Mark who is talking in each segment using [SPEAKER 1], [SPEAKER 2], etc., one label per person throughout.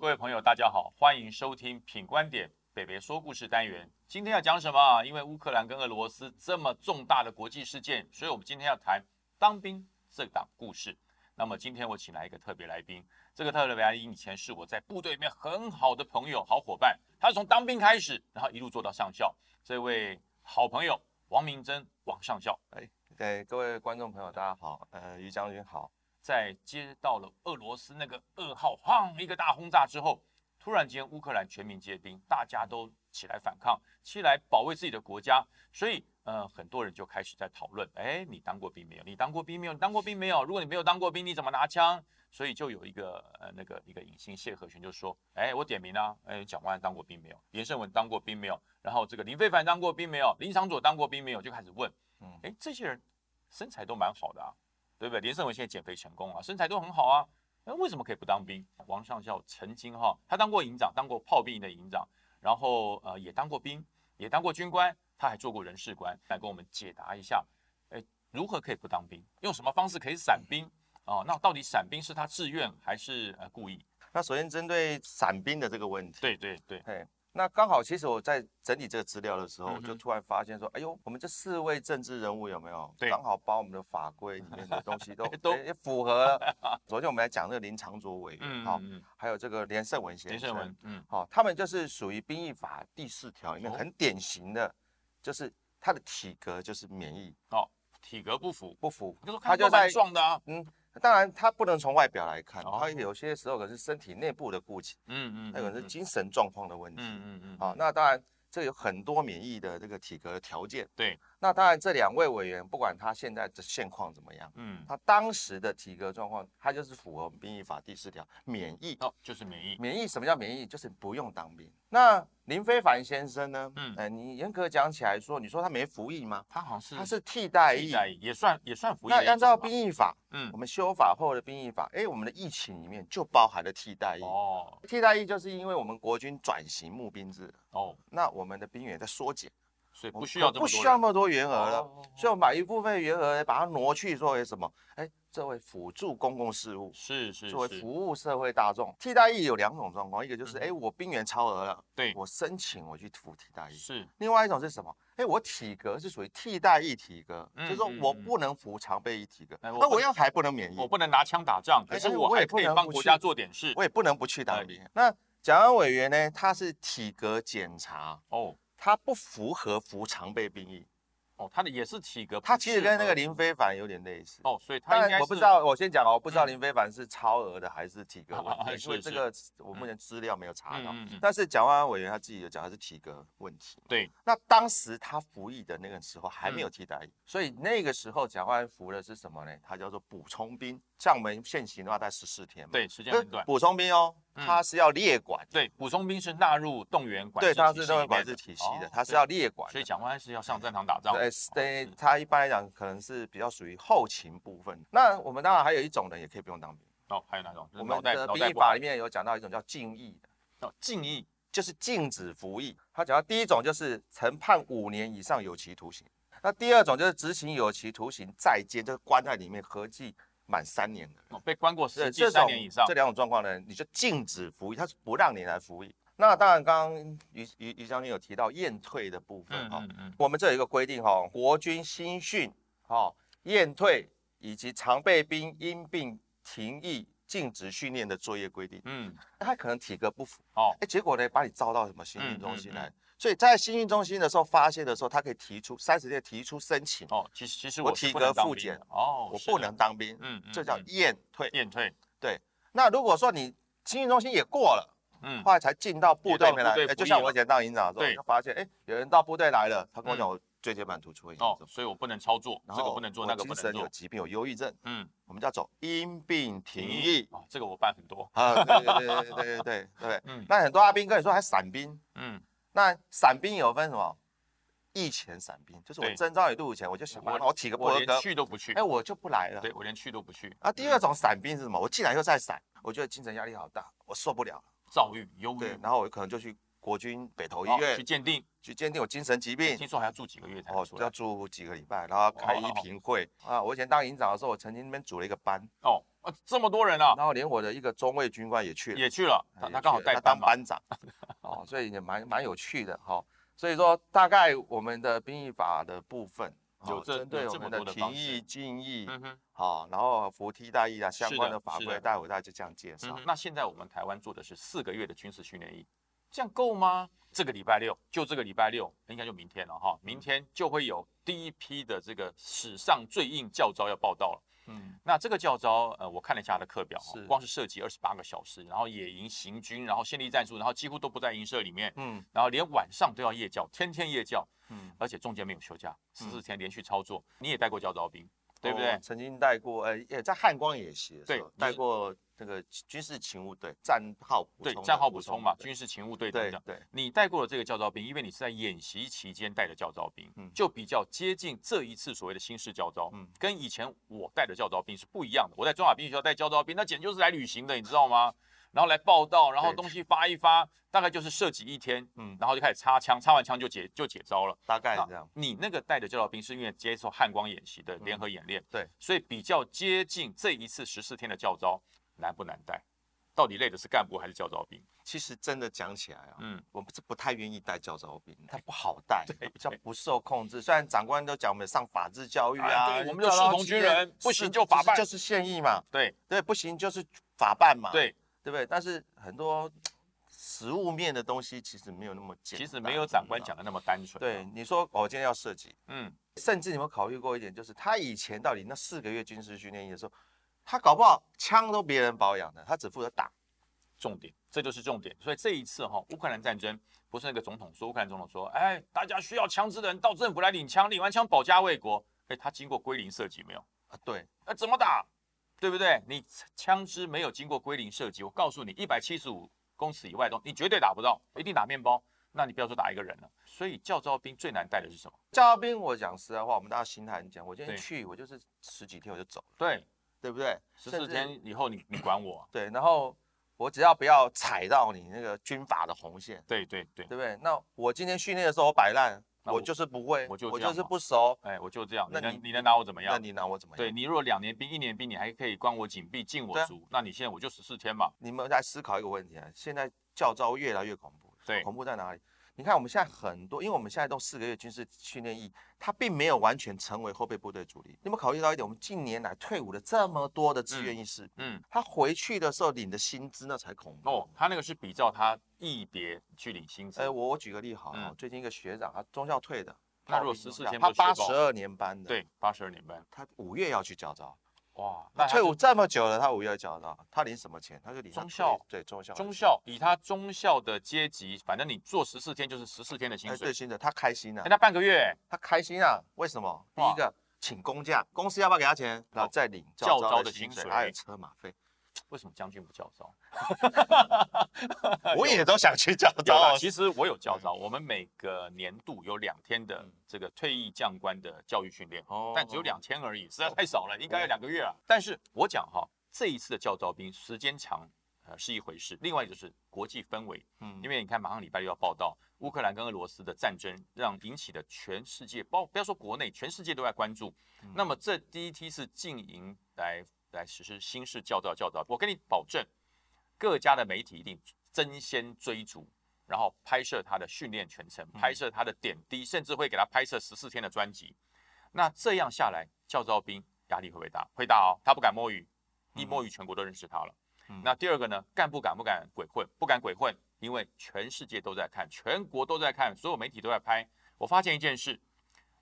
[SPEAKER 1] 各位朋友，大家好，欢迎收听《品观点》北北说故事单元。今天要讲什么啊？因为乌克兰跟俄罗斯这么重大的国际事件，所以我们今天要谈当兵这档故事。那么今天我请来一个特别来宾，这个特别来宾以前是我在部队里面很好的朋友、好伙伴，他是从当兵开始，然后一路做到上校。这位好朋友王明珍，王上校。
[SPEAKER 2] 哎，对各位观众朋友，大家好，呃，于将军好。
[SPEAKER 1] 在接到了俄罗斯那个噩耗，砰一个大轰炸之后，突然间乌克兰全民皆兵，大家都起来反抗，起来保卫自己的国家，所以呃，很多人就开始在讨论，哎，你当过兵没有？你当过兵没有？你当过兵没有？如果你没有当过兵，你怎么拿枪？所以就有一个呃那个一个影星谢和弦就说，哎，我点名啊，哎，蒋万安当过兵没有？连胜文当过兵没有？然后这个林非凡当过兵没有？林长佐当过兵没有？就开始问，
[SPEAKER 2] 嗯，
[SPEAKER 1] 哎，这些人身材都蛮好的啊，对不对？连胜文现在减肥成功啊，身材都很好啊，那为什么可以不当兵？王上校曾经哈，他当过营长，当过炮兵营的营长，然后呃也当过兵，也当过军官，他还做过人事官，来跟我们解答一下，哎，如何可以不当兵？用什么方式可以散兵？哦，那到底散兵是他自愿还是呃故意？
[SPEAKER 2] 那首先针对伞兵的这个问题，
[SPEAKER 1] 对对对，
[SPEAKER 2] 对，那刚好其实我在整理这个资料的时
[SPEAKER 1] 嗯
[SPEAKER 2] 候，
[SPEAKER 1] 哼
[SPEAKER 2] 我就突然发现说，哎呦，我们这四位政治人物有没有，
[SPEAKER 1] 对
[SPEAKER 2] 刚好把我们的法规里面的东西都
[SPEAKER 1] 都
[SPEAKER 2] 哎符合了。昨天我们来讲这个林长卓委员，
[SPEAKER 1] 嗯，
[SPEAKER 2] 好，
[SPEAKER 1] 嗯嗯
[SPEAKER 2] 还有这个连胜文先
[SPEAKER 1] 连
[SPEAKER 2] 生，
[SPEAKER 1] 胜文，嗯，
[SPEAKER 2] 好，他们就是属于兵役法第四条里面
[SPEAKER 1] 哦
[SPEAKER 2] 很典型的，就是他的体格就是免疫
[SPEAKER 1] 哦，体格不符，
[SPEAKER 2] 不符
[SPEAKER 1] 你就说，
[SPEAKER 2] 他
[SPEAKER 1] 看
[SPEAKER 2] 就
[SPEAKER 1] 就
[SPEAKER 2] 在
[SPEAKER 1] 蛮壮的啊，
[SPEAKER 2] 当然，他不能从外表来看，
[SPEAKER 1] 哦
[SPEAKER 2] 他有些时候可是身体内部的顾忌，
[SPEAKER 1] 嗯嗯，
[SPEAKER 2] 那可能
[SPEAKER 1] 嗯
[SPEAKER 2] 是精神状况的问题。
[SPEAKER 1] 嗯嗯嗯，
[SPEAKER 2] 好、那当然这有很多免疫的这个体格的条件。
[SPEAKER 1] 对，
[SPEAKER 2] 那当然这两位委员不管他现在的现况怎么样，
[SPEAKER 1] 嗯，
[SPEAKER 2] 他当时的体格状况，他就是符合兵役法第四条免疫。
[SPEAKER 1] 哦，就是免疫，
[SPEAKER 2] 免疫什么叫免疫？就是不用当兵。那林非凡先生呢？
[SPEAKER 1] 嗯
[SPEAKER 2] 嗯，哎，你严格讲起来说，你说他没服役吗？
[SPEAKER 1] 他好像是
[SPEAKER 2] 他是替代
[SPEAKER 1] 替
[SPEAKER 2] 役。
[SPEAKER 1] 代也算也算服役的一
[SPEAKER 2] 那
[SPEAKER 1] 种吧。
[SPEAKER 2] 按照兵役法，
[SPEAKER 1] 嗯
[SPEAKER 2] 我们修法后的兵役法，哎，我们的疫情里面就包含了替代役。
[SPEAKER 1] 哦
[SPEAKER 2] 替代役就是因为我们国军转型募兵制，
[SPEAKER 1] 哦，
[SPEAKER 2] 那我们的兵源在缩减，
[SPEAKER 1] 所以
[SPEAKER 2] 我
[SPEAKER 1] 不
[SPEAKER 2] 们
[SPEAKER 1] 需要这
[SPEAKER 2] 哦不
[SPEAKER 1] 么多人，
[SPEAKER 2] 需要那么多员额了，
[SPEAKER 1] 哦
[SPEAKER 2] 所以我们把一部分员额把它挪去作为什么？哎，作为辅助公共事务，
[SPEAKER 1] 是是
[SPEAKER 2] 作为
[SPEAKER 1] 是
[SPEAKER 2] 服务社会大众。替代役有两种状况，一个就是
[SPEAKER 1] 嗯
[SPEAKER 2] 哎、我兵源超额了，
[SPEAKER 1] 对
[SPEAKER 2] 我申请我去服替代役。
[SPEAKER 1] 是
[SPEAKER 2] 另外一种是什么？哎，我体格是属于替代役体格，
[SPEAKER 1] 嗯
[SPEAKER 2] 就是说
[SPEAKER 1] 嗯
[SPEAKER 2] 我
[SPEAKER 1] 嗯
[SPEAKER 2] 不能服常备役体格，
[SPEAKER 1] 哎
[SPEAKER 2] 那、
[SPEAKER 1] 我不
[SPEAKER 2] 我又还不能免疫，
[SPEAKER 1] 我不能拿枪打仗，可
[SPEAKER 2] 哎
[SPEAKER 1] 是
[SPEAKER 2] 哎
[SPEAKER 1] 我
[SPEAKER 2] 我也
[SPEAKER 1] 还
[SPEAKER 2] 不
[SPEAKER 1] 可以
[SPEAKER 2] 能
[SPEAKER 1] 帮
[SPEAKER 2] 不
[SPEAKER 1] 国
[SPEAKER 2] 去
[SPEAKER 1] 家做点事。
[SPEAKER 2] 我也不能不去
[SPEAKER 1] 哎
[SPEAKER 2] 当兵。那蒋安委员呢，他是体格检查，
[SPEAKER 1] 哦
[SPEAKER 2] 他不符合服常备兵役，
[SPEAKER 1] 哦，他的也是体格不适合，
[SPEAKER 2] 他其实跟那个林非凡有点类似。
[SPEAKER 1] 哦，所以
[SPEAKER 2] 当
[SPEAKER 1] 他应
[SPEAKER 2] 然
[SPEAKER 1] 该
[SPEAKER 2] 我不
[SPEAKER 1] 是
[SPEAKER 2] 知道，我先讲哦，我不知道
[SPEAKER 1] 嗯
[SPEAKER 2] 林非凡是超额的还是体格问
[SPEAKER 1] 啊啊啊
[SPEAKER 2] 题，因为
[SPEAKER 1] 是
[SPEAKER 2] 这个我目前资料没有查到
[SPEAKER 1] 嗯嗯嗯。
[SPEAKER 2] 啊但是蒋万安委员他自己有讲，他是体格问题。
[SPEAKER 1] 对，嗯
[SPEAKER 2] 那当时他服役的那个时候还没有替代役，所以那个时候蒋万安服的是什么呢？他叫做补充兵，像我们现行的话，在十四天嘛。
[SPEAKER 1] 对时间
[SPEAKER 2] 可是
[SPEAKER 1] 很短，
[SPEAKER 2] 补充兵哦，
[SPEAKER 1] 嗯
[SPEAKER 2] 他是要列管，
[SPEAKER 1] 对补充兵是纳入动员管
[SPEAKER 2] 对，
[SPEAKER 1] 制
[SPEAKER 2] 他
[SPEAKER 1] 体
[SPEAKER 2] 是
[SPEAKER 1] 系
[SPEAKER 2] 认为
[SPEAKER 1] 里
[SPEAKER 2] 管
[SPEAKER 1] 面
[SPEAKER 2] 制体系的
[SPEAKER 1] 哦，
[SPEAKER 2] 他是
[SPEAKER 1] 对
[SPEAKER 2] 要列管的。
[SPEAKER 1] 所以蒋万安是要上战场打仗的，
[SPEAKER 2] 对
[SPEAKER 1] 哦，
[SPEAKER 2] 对
[SPEAKER 1] 是，
[SPEAKER 2] 他一般来讲可能是比较属于后勤部分。那我们当然还有一种人也可以不用当兵，
[SPEAKER 1] 哦，还有哪种？就是
[SPEAKER 2] 我
[SPEAKER 1] 脑
[SPEAKER 2] 们
[SPEAKER 1] 袋
[SPEAKER 2] 的
[SPEAKER 1] 脑
[SPEAKER 2] 兵
[SPEAKER 1] 袋
[SPEAKER 2] 役
[SPEAKER 1] 不好
[SPEAKER 2] 法里面有讲到一种叫禁役的，
[SPEAKER 1] 哦，敬意
[SPEAKER 2] 就是禁止服役。他讲到第一种就是曾判五年以上有期徒刑，那第二种就是执行有期徒刑再监，就是关在里面合计满三年的人。
[SPEAKER 1] 哦，被关过
[SPEAKER 2] 对
[SPEAKER 1] 实际
[SPEAKER 2] 这
[SPEAKER 1] 三
[SPEAKER 2] 种
[SPEAKER 1] 年以上
[SPEAKER 2] 这，两种状况的人，你就禁止服役，他是不让你来服役。那当然，刚刚于于于将军有提到验退的部分
[SPEAKER 1] 嗯
[SPEAKER 2] 哈、
[SPEAKER 1] 嗯嗯，
[SPEAKER 2] 我们这有一个规定哈、哦，国军新训、哈、验退以及常备兵因病停役禁止训练的作业规定，
[SPEAKER 1] 嗯，
[SPEAKER 2] 他可能体格不符，
[SPEAKER 1] 哦
[SPEAKER 2] 哎，结果呢把你招到什么新训中心来，
[SPEAKER 1] 嗯
[SPEAKER 2] 所以在新训中心的时候发现的时候，他可以提出三十天提出申请，
[SPEAKER 1] 哦，其实其实
[SPEAKER 2] 我
[SPEAKER 1] 我是
[SPEAKER 2] 体
[SPEAKER 1] 不能
[SPEAKER 2] 格
[SPEAKER 1] 当
[SPEAKER 2] 复
[SPEAKER 1] 兵
[SPEAKER 2] 检
[SPEAKER 1] 的哦，
[SPEAKER 2] 我
[SPEAKER 1] 是
[SPEAKER 2] 不
[SPEAKER 1] 的
[SPEAKER 2] 能当兵，
[SPEAKER 1] 嗯嗯
[SPEAKER 2] 这叫
[SPEAKER 1] 嗯
[SPEAKER 2] 验退。
[SPEAKER 1] 验退，
[SPEAKER 2] 那如果说你新训中心也过了。
[SPEAKER 1] 嗯，
[SPEAKER 2] 后来才进到部队里面来
[SPEAKER 1] 也到部队，
[SPEAKER 2] 哎
[SPEAKER 1] 服役
[SPEAKER 2] 就像
[SPEAKER 1] 了
[SPEAKER 2] 我以前当营长的时候，
[SPEAKER 1] 对
[SPEAKER 2] 我就发现，哎，有人到部队来了，他跟我讲
[SPEAKER 1] 嗯
[SPEAKER 2] 我椎间盘突出，很严
[SPEAKER 1] 哦
[SPEAKER 2] 重，
[SPEAKER 1] 所以我不能操作，
[SPEAKER 2] 然
[SPEAKER 1] 这个
[SPEAKER 2] 后
[SPEAKER 1] 不能做，
[SPEAKER 2] 我
[SPEAKER 1] 那个不
[SPEAKER 2] 精
[SPEAKER 1] 能
[SPEAKER 2] 神有
[SPEAKER 1] 做，
[SPEAKER 2] 疾病，有忧郁症，
[SPEAKER 1] 嗯，
[SPEAKER 2] 我们叫走因病停役
[SPEAKER 1] 哦，这个我办很多，
[SPEAKER 2] 啊，对对对对对对对对。
[SPEAKER 1] 嗯
[SPEAKER 2] 那很多阿兵跟你说还散兵，
[SPEAKER 1] 嗯，
[SPEAKER 2] 那散兵有分什么？役前散兵，就是我
[SPEAKER 1] 对
[SPEAKER 2] 征召你队伍前，我就想
[SPEAKER 1] 我
[SPEAKER 2] 完了，我体格不
[SPEAKER 1] 我
[SPEAKER 2] 合格
[SPEAKER 1] 连，去都不去
[SPEAKER 2] 哎，，我就不来了。
[SPEAKER 1] 对我连去都不去
[SPEAKER 2] 啊，第二种散兵是什么？我进来又再散，我觉得精神压力好大，我受不了了。
[SPEAKER 1] 躁郁、忧
[SPEAKER 2] 对
[SPEAKER 1] 郁，，
[SPEAKER 2] 然后我可能就去国军北投医
[SPEAKER 1] 嗯哦
[SPEAKER 2] 院
[SPEAKER 1] 去鉴定，
[SPEAKER 2] 去鉴定我精神疾病
[SPEAKER 1] 听，说还要住几个月才能
[SPEAKER 2] 哦
[SPEAKER 1] 出，来哦
[SPEAKER 2] 要。住几个礼拜，然后开医评会啊。我以前当营长的时候，我曾经那边组了一个班，
[SPEAKER 1] 哦，啊，这么多人啊，
[SPEAKER 2] 然后连我的一个中尉军官也去了，
[SPEAKER 1] 也去了，
[SPEAKER 2] 哎
[SPEAKER 1] 他
[SPEAKER 2] 也
[SPEAKER 1] 他刚好
[SPEAKER 2] 去了
[SPEAKER 1] 带
[SPEAKER 2] 当
[SPEAKER 1] 班嘛。
[SPEAKER 2] 班长，哦，所以也蛮蛮有趣的哈、所以说，大概我们的兵役法的部分，哦
[SPEAKER 1] 有这
[SPEAKER 2] 针对
[SPEAKER 1] 有
[SPEAKER 2] 我
[SPEAKER 1] 这么
[SPEAKER 2] 们
[SPEAKER 1] 多的
[SPEAKER 2] 提
[SPEAKER 1] 方
[SPEAKER 2] 议、
[SPEAKER 1] 式
[SPEAKER 2] 禁役，
[SPEAKER 1] 嗯哼，
[SPEAKER 2] 好、然后服替代役啊相
[SPEAKER 1] 是
[SPEAKER 2] 关
[SPEAKER 1] 的
[SPEAKER 2] 的法
[SPEAKER 1] 是
[SPEAKER 2] 规，
[SPEAKER 1] 的
[SPEAKER 2] 待会大家就这样介绍。
[SPEAKER 1] 嗯哼那现在我们台湾做的是四个月的军事训练营，这样够吗？这个礼拜六，就这个礼拜六，应该就明天了
[SPEAKER 2] 嗯
[SPEAKER 1] 哈，明天就会有第一批的这个史上最硬教招要报到了。
[SPEAKER 2] 嗯，
[SPEAKER 1] 那这个教招，呃，我看了一下它的课表哦，
[SPEAKER 2] 是
[SPEAKER 1] 光是射击二十八个小时，然后野营、行军，然后先立战术，然后几乎都不在营舍里面，
[SPEAKER 2] 嗯
[SPEAKER 1] 然后连晚上都要夜教，天天夜教，
[SPEAKER 2] 嗯，
[SPEAKER 1] 而且中间没有休假，十四天连续操作。你也带过教招兵，对不
[SPEAKER 2] 我
[SPEAKER 1] 对？
[SPEAKER 2] 哦曾经带过，呃，也在汉光演习的时
[SPEAKER 1] 对
[SPEAKER 2] 候
[SPEAKER 1] 你
[SPEAKER 2] 带
[SPEAKER 1] 是
[SPEAKER 2] 过那个军事勤务队战号补
[SPEAKER 1] 对
[SPEAKER 2] 充的，
[SPEAKER 1] 战号补充嘛，
[SPEAKER 2] 的
[SPEAKER 1] 军事勤务队等
[SPEAKER 2] 对
[SPEAKER 1] 等。
[SPEAKER 2] 对，
[SPEAKER 1] 你带过的这个教招兵，因为你是在演习期间带的教招兵，
[SPEAKER 2] 嗯
[SPEAKER 1] 就比较接近这一次所谓的新式教招，
[SPEAKER 2] 嗯
[SPEAKER 1] 跟以前我带的教招兵是不一样的。我在中华兵学校带教招兵，那简直就是来旅行的，你知道吗？然后来报道，然后
[SPEAKER 2] 对
[SPEAKER 1] 东西发一发，大概就是射击一天，
[SPEAKER 2] 嗯
[SPEAKER 1] 然后就开始擦枪，擦完枪就解就解招了。
[SPEAKER 2] 大概
[SPEAKER 1] 那
[SPEAKER 2] 这样，
[SPEAKER 1] 你那个带的教导兵是因为接受汉光演习的联合演练，
[SPEAKER 2] 嗯对，
[SPEAKER 1] 所以比较接近这一次十四天的教招难不难带？到底累的是干部还是教招兵？
[SPEAKER 2] 其实真的讲起来啊，
[SPEAKER 1] 嗯，
[SPEAKER 2] 我们是不太愿意带教招兵，它不好带，比较不受控制。虽然长官都讲我们上法制教育啊，
[SPEAKER 1] 哎对我们就
[SPEAKER 2] 教
[SPEAKER 1] 视
[SPEAKER 2] 导
[SPEAKER 1] 同
[SPEAKER 2] 期
[SPEAKER 1] 军
[SPEAKER 2] 间
[SPEAKER 1] 人不
[SPEAKER 2] 是
[SPEAKER 1] 行就法办
[SPEAKER 2] 是就是现役嘛，
[SPEAKER 1] 对
[SPEAKER 2] 对，不行就是法办嘛，
[SPEAKER 1] 对，
[SPEAKER 2] 对不对？但是很多实物面的东西其实没有那么简单，
[SPEAKER 1] 其实没有长官讲
[SPEAKER 2] 的。
[SPEAKER 1] 的嗯那么单纯。啊
[SPEAKER 2] 对，，你说哦我今天要设计，
[SPEAKER 1] 嗯，
[SPEAKER 2] 甚至你有没有考虑过一点，就是他以前到底那四个月军事训练营的时候，他搞不好枪都别人保养的，他只负责打。
[SPEAKER 1] 重点，这就是重点。所以这一次哈、乌克兰战争不是那个总统说，乌克兰总统说，哎，大家需要枪支的人到政府来领枪，领完枪保家卫国。哎，他经过归零射击没有？
[SPEAKER 2] 啊，对，
[SPEAKER 1] 那怎么打？对不对？你枪支没有经过归零射击，我告诉你，一百七十五公尺以外的东西，你绝对打不到，一定打面包。那你不要说打一个人了。所以教招兵最难带的是什么？
[SPEAKER 2] 教兵，我讲实在话，我们大家心态很讲，我今天
[SPEAKER 1] 对
[SPEAKER 2] 去，我就是十几天我就走了，
[SPEAKER 1] 对，
[SPEAKER 2] 对不对？
[SPEAKER 1] 十
[SPEAKER 2] 甚
[SPEAKER 1] 四
[SPEAKER 2] 至
[SPEAKER 1] 天以后你你管我？啊
[SPEAKER 2] 对，然后我只要不要踩到你那个军法的红线，
[SPEAKER 1] 对对对，
[SPEAKER 2] 对不对？那我今天训练的时候我摆烂，
[SPEAKER 1] 那
[SPEAKER 2] 我
[SPEAKER 1] 我
[SPEAKER 2] 就是不会，
[SPEAKER 1] 我就这样
[SPEAKER 2] 是
[SPEAKER 1] 嘛
[SPEAKER 2] 不熟，
[SPEAKER 1] 哎，我就这样，
[SPEAKER 2] 那
[SPEAKER 1] 你
[SPEAKER 2] 你
[SPEAKER 1] 能你能拿我怎么
[SPEAKER 2] 那
[SPEAKER 1] 样？
[SPEAKER 2] 你拿我怎么样？
[SPEAKER 1] 对，你如果两年兵、一年兵，你还可以关我紧闭、禁
[SPEAKER 2] 哎对
[SPEAKER 1] 我
[SPEAKER 2] 啊
[SPEAKER 1] 足，那你现在我就十四天嘛。
[SPEAKER 2] 你们来思考一个问题啊，现在教招越来越恐怖，
[SPEAKER 1] 对
[SPEAKER 2] 恐怖在哪里？你看我们现在很多，因为我们现在都四个月军事训练役，它并没有完全成为后备部队主力。你有没有考虑到一点？我们近年来退伍了这么多的志愿役士兵，
[SPEAKER 1] 嗯，
[SPEAKER 2] 他回去的时候领的薪资那才恐怖。
[SPEAKER 1] 哦，他那个是比照他役别去领薪资
[SPEAKER 2] 呃，，我我举个例好了，
[SPEAKER 1] 嗯
[SPEAKER 2] 最近一个学长，他中校退的，
[SPEAKER 1] 那如果
[SPEAKER 2] 炮兵
[SPEAKER 1] 14
[SPEAKER 2] 中校
[SPEAKER 1] 天
[SPEAKER 2] 他
[SPEAKER 1] 不是
[SPEAKER 2] 八
[SPEAKER 1] 学
[SPEAKER 2] 十
[SPEAKER 1] 报
[SPEAKER 2] 二年班的，，
[SPEAKER 1] 对，八十二年班，
[SPEAKER 2] 他五月要去教招，
[SPEAKER 1] 哇，
[SPEAKER 2] 他
[SPEAKER 1] 那
[SPEAKER 2] 退
[SPEAKER 1] 他
[SPEAKER 2] 伍这么久了，他五月要教招，他领什么钱？他就领他
[SPEAKER 1] 中
[SPEAKER 2] 退
[SPEAKER 1] 校
[SPEAKER 2] 对中校
[SPEAKER 1] 中校以他中校的阶级，反正你做十四天就是十四天的薪
[SPEAKER 2] 哎
[SPEAKER 1] 水
[SPEAKER 2] 对，薪水，他开心啊
[SPEAKER 1] 哎，，那半个月
[SPEAKER 2] 他开心啊？为什么？第
[SPEAKER 1] 哇
[SPEAKER 2] 一个，请公假，公司要不要给他钱？然后再领教
[SPEAKER 1] 教
[SPEAKER 2] 招
[SPEAKER 1] 招
[SPEAKER 2] 的
[SPEAKER 1] 的
[SPEAKER 2] 薪
[SPEAKER 1] 薪
[SPEAKER 2] 水，
[SPEAKER 1] 水
[SPEAKER 2] 还有车马 费。
[SPEAKER 1] 为什么将军不教招？
[SPEAKER 2] 我也都想去教
[SPEAKER 1] 有
[SPEAKER 2] 招
[SPEAKER 1] 啦
[SPEAKER 2] 哦，
[SPEAKER 1] 其实我有教招，我们每个年度有两天的这个退役将官的教育训练，
[SPEAKER 2] 嗯哦
[SPEAKER 1] 但只有两天而已，实在太少了，应该要两个月啊。但是我讲哈，这一次的教招兵时间长，呃是一回事，另外就是国际氛围，
[SPEAKER 2] 嗯
[SPEAKER 1] 因为你看马上礼拜六要报道乌克兰跟俄罗斯的战争，让引起的全世界，包不要说国内，全世界都在关注。
[SPEAKER 2] 嗯
[SPEAKER 1] 那么这第一梯是进营来来实施新式教导教导，我跟你保证，各家的媒体一定争先追逐。然后拍摄他的训练全程，
[SPEAKER 2] 嗯
[SPEAKER 1] 拍摄他的点滴，甚至会给他拍摄十四天的专辑。那这样下来，教招兵压力会不会大？会大哦，他不敢摸鱼，一摸鱼全国都认识他了。
[SPEAKER 2] 嗯
[SPEAKER 1] 那第二个呢，干部敢不敢鬼混？不敢鬼混，因为全世界都在看，全国都在看，所有媒体都在拍。我发现一件事，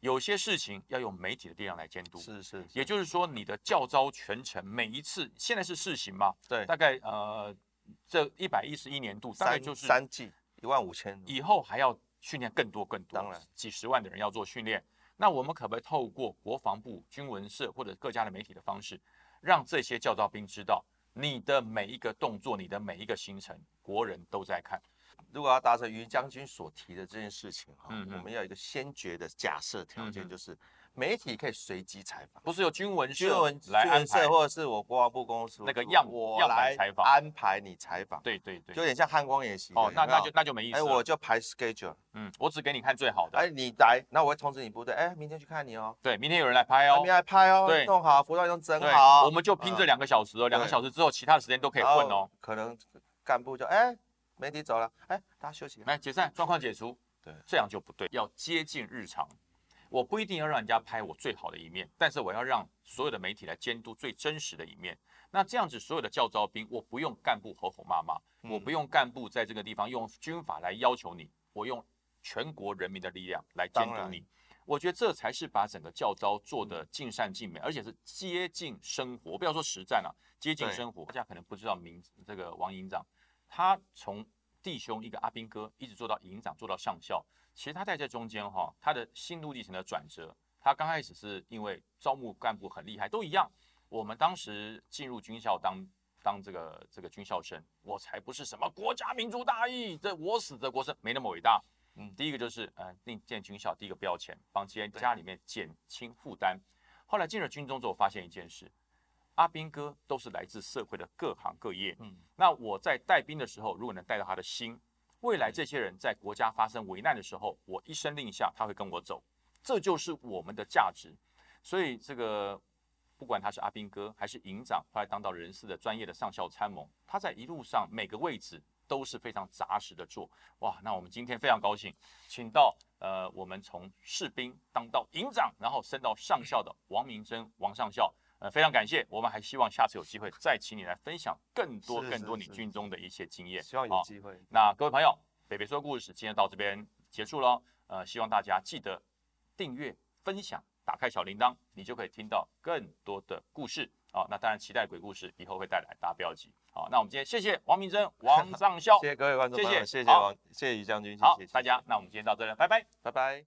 [SPEAKER 1] 有些事情要用媒体的力量来监督。
[SPEAKER 2] 是是，
[SPEAKER 1] 也就是说，你的教招全程每一次，现在是试行嘛？
[SPEAKER 2] 对
[SPEAKER 1] 大概呃，这一百一十一年度，大概
[SPEAKER 2] 三
[SPEAKER 1] 就是
[SPEAKER 2] 三季一万五千，
[SPEAKER 1] 以后还要训练更多更多，
[SPEAKER 2] 嗯当然
[SPEAKER 1] 几十万的人要做训练。那我们可不可以透过国防部、军文社或者各家的媒体的方式，让这些教招兵知道你的每一个动作、你的每一个行程，国人都在看，
[SPEAKER 2] 如果要达成于将军所提的这件事情哈、
[SPEAKER 1] 嗯嗯
[SPEAKER 2] 我们要有一个先决的假设条
[SPEAKER 1] 嗯
[SPEAKER 2] 件，
[SPEAKER 1] 嗯
[SPEAKER 2] 就是媒体可以随机采访。
[SPEAKER 1] 不是由军文
[SPEAKER 2] 新
[SPEAKER 1] 社
[SPEAKER 2] 闻
[SPEAKER 1] 来安
[SPEAKER 2] 新闻
[SPEAKER 1] 排
[SPEAKER 2] 社，或者是我国防部公司
[SPEAKER 1] 那个样
[SPEAKER 2] 我
[SPEAKER 1] 样板
[SPEAKER 2] 来
[SPEAKER 1] 采访
[SPEAKER 2] 安排你采访，
[SPEAKER 1] 对对对
[SPEAKER 2] 就，有点像汉光演习的
[SPEAKER 1] 哦，那
[SPEAKER 2] 有没有
[SPEAKER 1] 那就那就没意思
[SPEAKER 2] 哎，
[SPEAKER 1] 了。
[SPEAKER 2] 我就排 schedule，
[SPEAKER 1] 嗯，我只给你看最好的。
[SPEAKER 2] 哎，你来，那我会通知你部队，哎，明天去看你哦，
[SPEAKER 1] 对，明天有人来拍
[SPEAKER 2] 那
[SPEAKER 1] 哦
[SPEAKER 2] 明。天来拍哦，
[SPEAKER 1] 对
[SPEAKER 2] 弄好，服装用整
[SPEAKER 1] 对
[SPEAKER 2] 好，，
[SPEAKER 1] 我们就拼这两个小时哦，两个
[SPEAKER 2] 对
[SPEAKER 1] 小时之后，其他的时间都可以混
[SPEAKER 2] 然
[SPEAKER 1] 哦
[SPEAKER 2] 后。可能干部就哎，媒体走了，哎，大家休息，
[SPEAKER 1] 来解散，状况解除，
[SPEAKER 2] 对
[SPEAKER 1] 这样就不对，要接近日常。我不一定要让人家拍我最好的一面，但是我要让所有的媒体来监督最真实的一面。那这样子，所有的教招兵，我不用干部吼吼骂骂，
[SPEAKER 2] 嗯
[SPEAKER 1] 我不用干部在这个地方用军法来要求你，我用全国人民的力量来监
[SPEAKER 2] 当
[SPEAKER 1] 督
[SPEAKER 2] 然嗯
[SPEAKER 1] 你。我觉得这才是把整个教招做得尽善尽美，而且是接近生活，不要说实战了、接近
[SPEAKER 2] 对
[SPEAKER 1] 生活。大家可能不知道明这个王营长，他从弟兄一个阿兵哥一直做到营长，做到上校。其实他在这中间哈、他的心路历程的转折，他刚开始是因为招募干部很厉害，都一样。我们当时进入军校当当这个这个军校生，我才不是什么国家民族大义，这我死则国生，没那么伟大。
[SPEAKER 2] 嗯
[SPEAKER 1] 第一个就是呃，进建军校第一个不要钱，帮家
[SPEAKER 2] 对
[SPEAKER 1] 家里面减轻负担。后来进了军中之后，发现一件事，阿兵哥都是来自社会的各行各业。
[SPEAKER 2] 嗯，
[SPEAKER 1] 那我在带兵的时候，如果能带到他的心，未来这些人在国家发生危难的时候，我一声令下，他会跟我走，这就是我们的价值。所以这个不管他是阿兵哥还是营长，后来当到人事的专业的上校参谋，他在一路上每个位置都是非常扎实的做。哇，那我们今天非常高兴，请到呃我们从士兵当到营长，然后升到上校的王明珍王上校。呃，非常感谢，我们还希望下次有机会再请你来分享更多
[SPEAKER 2] 是
[SPEAKER 1] 更多
[SPEAKER 2] 是
[SPEAKER 1] 你
[SPEAKER 2] 是
[SPEAKER 1] 军中的一些经验。
[SPEAKER 2] 希望
[SPEAKER 1] 好
[SPEAKER 2] 有机会。
[SPEAKER 1] 那各位朋友，北北说故事今天到这边结束了。呃，希望大家记得订阅、分享、打开小铃铛，你就可以听到更多的故事啊、那当然，期待鬼故事以后会带来，大家不要急。好、那我们今天谢谢王明 珍、王上校，
[SPEAKER 2] 谢谢各位观众
[SPEAKER 1] 谢
[SPEAKER 2] 朋
[SPEAKER 1] 谢
[SPEAKER 2] 友，谢谢
[SPEAKER 1] 好
[SPEAKER 2] 王，谢谢于将军，谢
[SPEAKER 1] 好
[SPEAKER 2] 谢
[SPEAKER 1] 大，家。那我们今天到这里，拜拜。
[SPEAKER 2] 拜拜。